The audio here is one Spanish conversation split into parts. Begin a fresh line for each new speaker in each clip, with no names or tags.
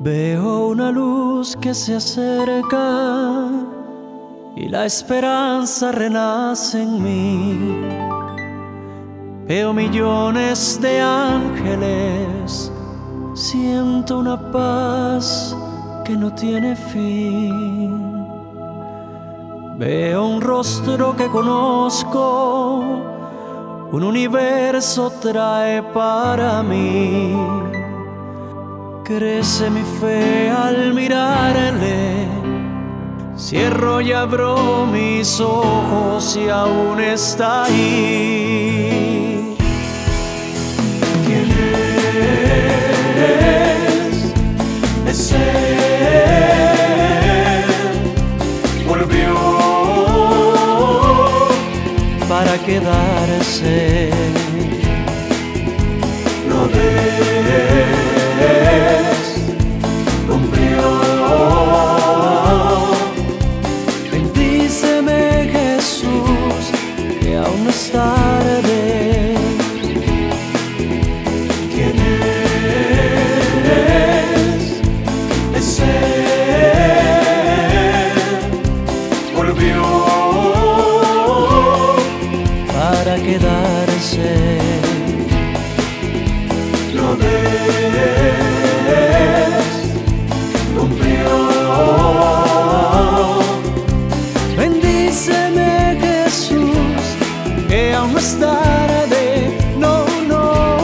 Veo una luz que se acerca y la esperanza renace en mí. Veo millones de ángeles, siento una paz que no tiene fin. Veo un rostro que conozco, un universo trae para mí. Crece mi fe al mirarle, cierro y abro mis ojos y aún está ahí. ¿Quién eres? Es él. Volvió para quedarse. Lo ves, cumplió. Bendíceme Jesús, que aún no es tarde. ¿Quién eres? Es él. Volvió para quedarse. Lo ves, cumplió. Bendíceme Jesús, que aún no es tarde, no, no.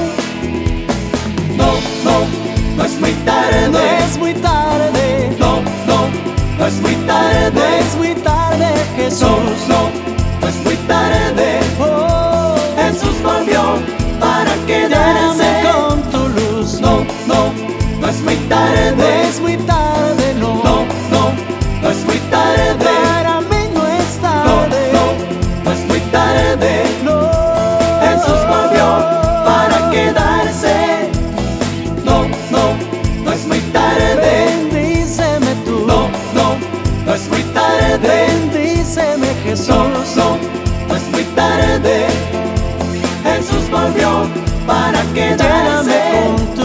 No, no, no es muy tarde, no es muy tarde. No, no, no es muy tarde, no es muy tarde, Jesús. No, no, no es muy tarde. Oh, Jesús volvió para quedarse con tu luz. No, no, no es muy tarde, no es muy tarde, no. No, no, no es muy tarde. Para mí no es tarde. No, no, no es muy tarde. No, Jesús volvió para quedarse. No, no, no es muy tarde. Bendíceme tú. No, no, no es muy tarde. Bendíceme Jesús. No, no, no es muy tarde. Jesús volvió para quedarse. con